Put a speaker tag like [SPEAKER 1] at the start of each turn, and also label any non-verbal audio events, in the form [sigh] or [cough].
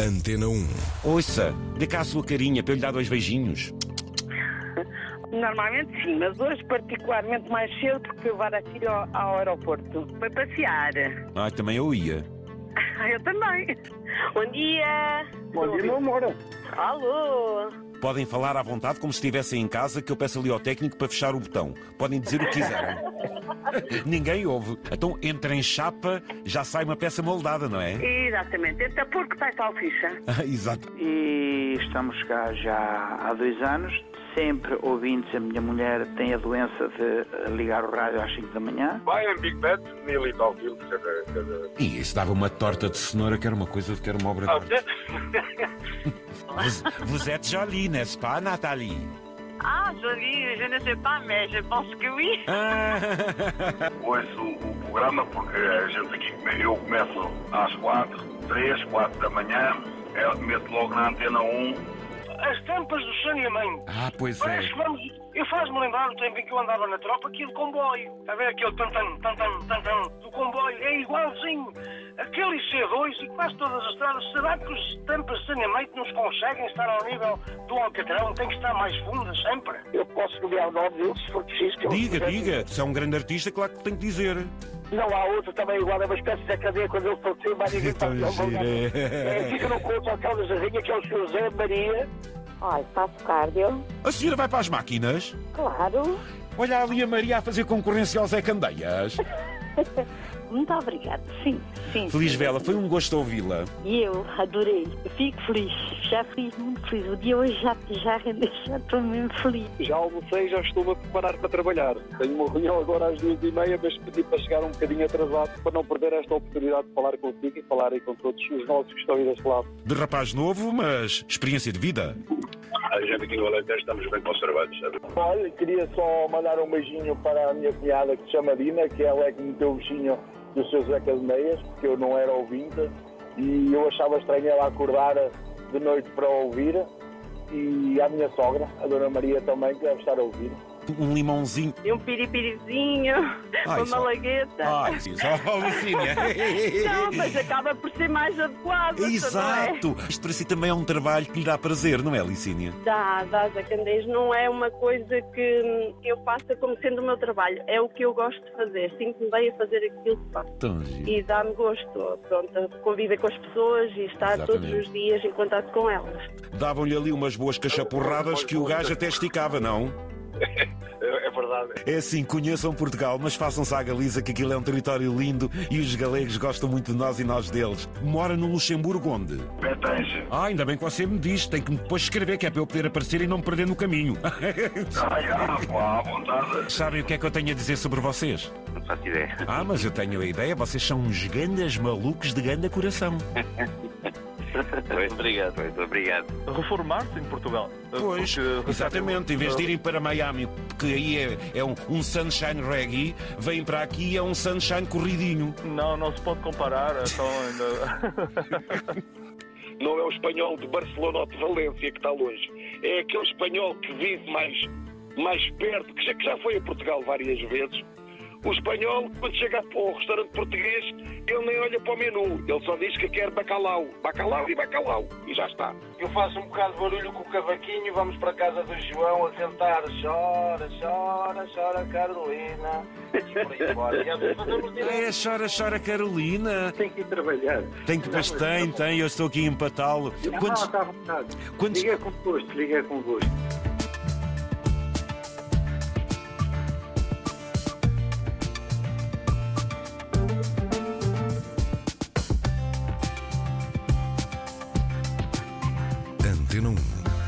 [SPEAKER 1] Antena 1.
[SPEAKER 2] Ouça, dê cá a sua carinha para eu lhe dar dois beijinhos.
[SPEAKER 3] Normalmente sim, mas hoje particularmente mais cedo porque fui levar a filha ao, ao aeroporto. Foi passear. Ah,
[SPEAKER 2] Ah, também eu ia.
[SPEAKER 3] Eu também.
[SPEAKER 4] Bom dia!
[SPEAKER 5] Bom dia, meu amor.
[SPEAKER 4] Alô!
[SPEAKER 2] Podem falar à vontade como se estivessem em casa que eu peço ali ao técnico para fechar o botão. Podem dizer o que quiserem. [laughs] Ninguém ouve. Então entra em chapa, já sai uma peça moldada, não é? [laughs]
[SPEAKER 3] Exatamente. Então, Até porque sai salsicha.
[SPEAKER 2] Ah, Exato.
[SPEAKER 5] E estamos cá já há dois anos, sempre ouvintes. A minha mulher tem a doença de ligar o rádio às 5 da manhã.
[SPEAKER 6] Vai em Big Bet, mil e tal mil, cada. cada...
[SPEAKER 2] E isso dava uma torta de cenoura que era uma coisa que era uma obra de
[SPEAKER 6] Ah,
[SPEAKER 2] [laughs] arte.
[SPEAKER 6] você-
[SPEAKER 2] Vous, vous êtes jolie, n'est-ce pas, é Nathalie?
[SPEAKER 4] Ah, Jolie, je ne sais pas, mais je pense que oui.
[SPEAKER 2] Ah,
[SPEAKER 6] [laughs] Ouço o programa porque a gente aqui, come- eu começo às quatro, três, quatro da manhã, eu meto logo na antena 1.
[SPEAKER 7] As tampas do sonho da mãe.
[SPEAKER 2] Ah, pois é.
[SPEAKER 7] Parece que vamos. Eu faz-me lembrar do tempo em que eu andava na tropa, aquele comboio. Está a ver aquele tantan, tantan, tantan do comboio? É igualzinho. Aquele C2 e quase todas as estradas. Será que os tampas de saneamento nos conseguem estar ao nível do Alcatrão? Tem que estar mais fundo sempre.
[SPEAKER 8] Eu posso nomear o nome deles se for preciso. que eu-
[SPEAKER 2] Diga, diga. Se é um grande artista, claro que tem que dizer.
[SPEAKER 8] Não há outro também igual, é uma espécie de cadeia quando eu soltei, mas ninguém
[SPEAKER 2] Então,
[SPEAKER 8] fazia alguma
[SPEAKER 2] gira.
[SPEAKER 8] coisa. É, Fica no conto ao Carlos Azinha, que é o Sr. Zé Maria.
[SPEAKER 9] Olha, faço cardio,
[SPEAKER 2] A senhora vai para as máquinas?
[SPEAKER 9] claro.
[SPEAKER 2] Olha ali a Maria a fazer concorrência ao Zé Candeias.
[SPEAKER 9] Muito obrigada, sim, sim.
[SPEAKER 2] Feliz Vela, foi um gosto ouvi-la.
[SPEAKER 9] E eu adorei. Eu Fico feliz, já feliz, muito feliz. O dia hoje já já já estou mesmo feliz.
[SPEAKER 8] Já almocei, já estou a preparar para trabalhar. Tenho uma reunião agora às duas e meia, mas pedi para chegar um bocadinho atrasado para não perder esta oportunidade de falar contigo e falar aí com todos os nossos que estão aí deste lado.
[SPEAKER 2] De rapaz novo, mas experiência de vida.
[SPEAKER 6] A gente aqui no Alentejo estamos bem conservados, sabe?
[SPEAKER 8] Olha, queria só mandar um beijinho para a minha cunhada que se chama Dina, que ela é que me deu o beijinho do seu Zé Cadeias, porque eu não era ouvinte e eu achava estranho ela acordar de noite para ouvir. E à minha sogra, a Dona Maria também, que deve estar a ouvir.
[SPEAKER 2] Um limãozinho.
[SPEAKER 4] E um piripirizinho,
[SPEAKER 2] Ai,
[SPEAKER 4] uma
[SPEAKER 2] só-
[SPEAKER 4] malagueta.
[SPEAKER 2] Ai, Oh, sim, só a Lucínia. [laughs]
[SPEAKER 4] Não, mas acaba por ser mais adequado. Não é?
[SPEAKER 2] Exato! Isto para si também é um trabalho que lhe dá prazer, não é, Licínia?
[SPEAKER 4] Dá, dá, Zé Candês. Não é uma coisa que hum, eu faça como sendo o meu trabalho. É o que eu gosto de fazer. Sinto-me bem a fazer aquilo que faço.
[SPEAKER 2] Tão giro.
[SPEAKER 4] E dá-me gosto. Pronto, conviver com as pessoas e estar
[SPEAKER 2] Exatamente.
[SPEAKER 4] todos os dias em contato com elas.
[SPEAKER 2] Davam-lhe ali umas boas cachaporradas que o gajo até esticava, não?
[SPEAKER 6] É, é verdade.
[SPEAKER 2] É assim, conheçam Portugal, mas façam-se à Galiza, que aquilo é um território lindo e os galegos gostam muito de nós e nós deles. Mora no Luxemburgo onde?
[SPEAKER 6] Betanja.
[SPEAKER 2] Ah, ainda bem que você me diz, tem que me depois escrever, que é para eu poder aparecer e não me perder no caminho. [laughs]
[SPEAKER 6] Ai, ah, pá, à vontade.
[SPEAKER 2] Sabem o que é que eu tenho a dizer sobre vocês?
[SPEAKER 10] Não faço ideia.
[SPEAKER 2] Ah, mas eu tenho a ideia, vocês são uns grandes malucos de grande coração.
[SPEAKER 10] Pois, obrigado. Pois, obrigado.
[SPEAKER 5] Reformar-se em Portugal. eh,
[SPEAKER 2] Pois, exatamente. Em vez de irem para Miami, porque aí é, é um, um sunshine reggae, vêm para aqui e é um sunshine corridinho.
[SPEAKER 5] Não, não se pode comparar. Então
[SPEAKER 8] Não é o espanhol de Barcelona ou de Valência que está longe. É aquele espanhol que vive mais, mais perto, que já, que já foi a Portugal várias vezes. O espanhol, quando chega para um restaurante português, ele nem olha para o menu. Ele só diz que quer bacalhau. Bacalhau e bacalhau. E já está.
[SPEAKER 7] Eu faço um bocado de barulho com o cavaquinho, vamos para a casa do João a cantar Chora, chora, chora Carolina. E por aí fora. E às vezes
[SPEAKER 2] [laughs]
[SPEAKER 7] fazemos direto.
[SPEAKER 2] É, chora, chora Carolina.
[SPEAKER 8] Tem que ir trabalhar.
[SPEAKER 2] Tem que, mas tem, tem, eu estou aqui em Patalo. Quantos,
[SPEAKER 8] está à vontade.
[SPEAKER 2] quantos,
[SPEAKER 8] com gosto, liga com gosto.
[SPEAKER 1] Antena 1.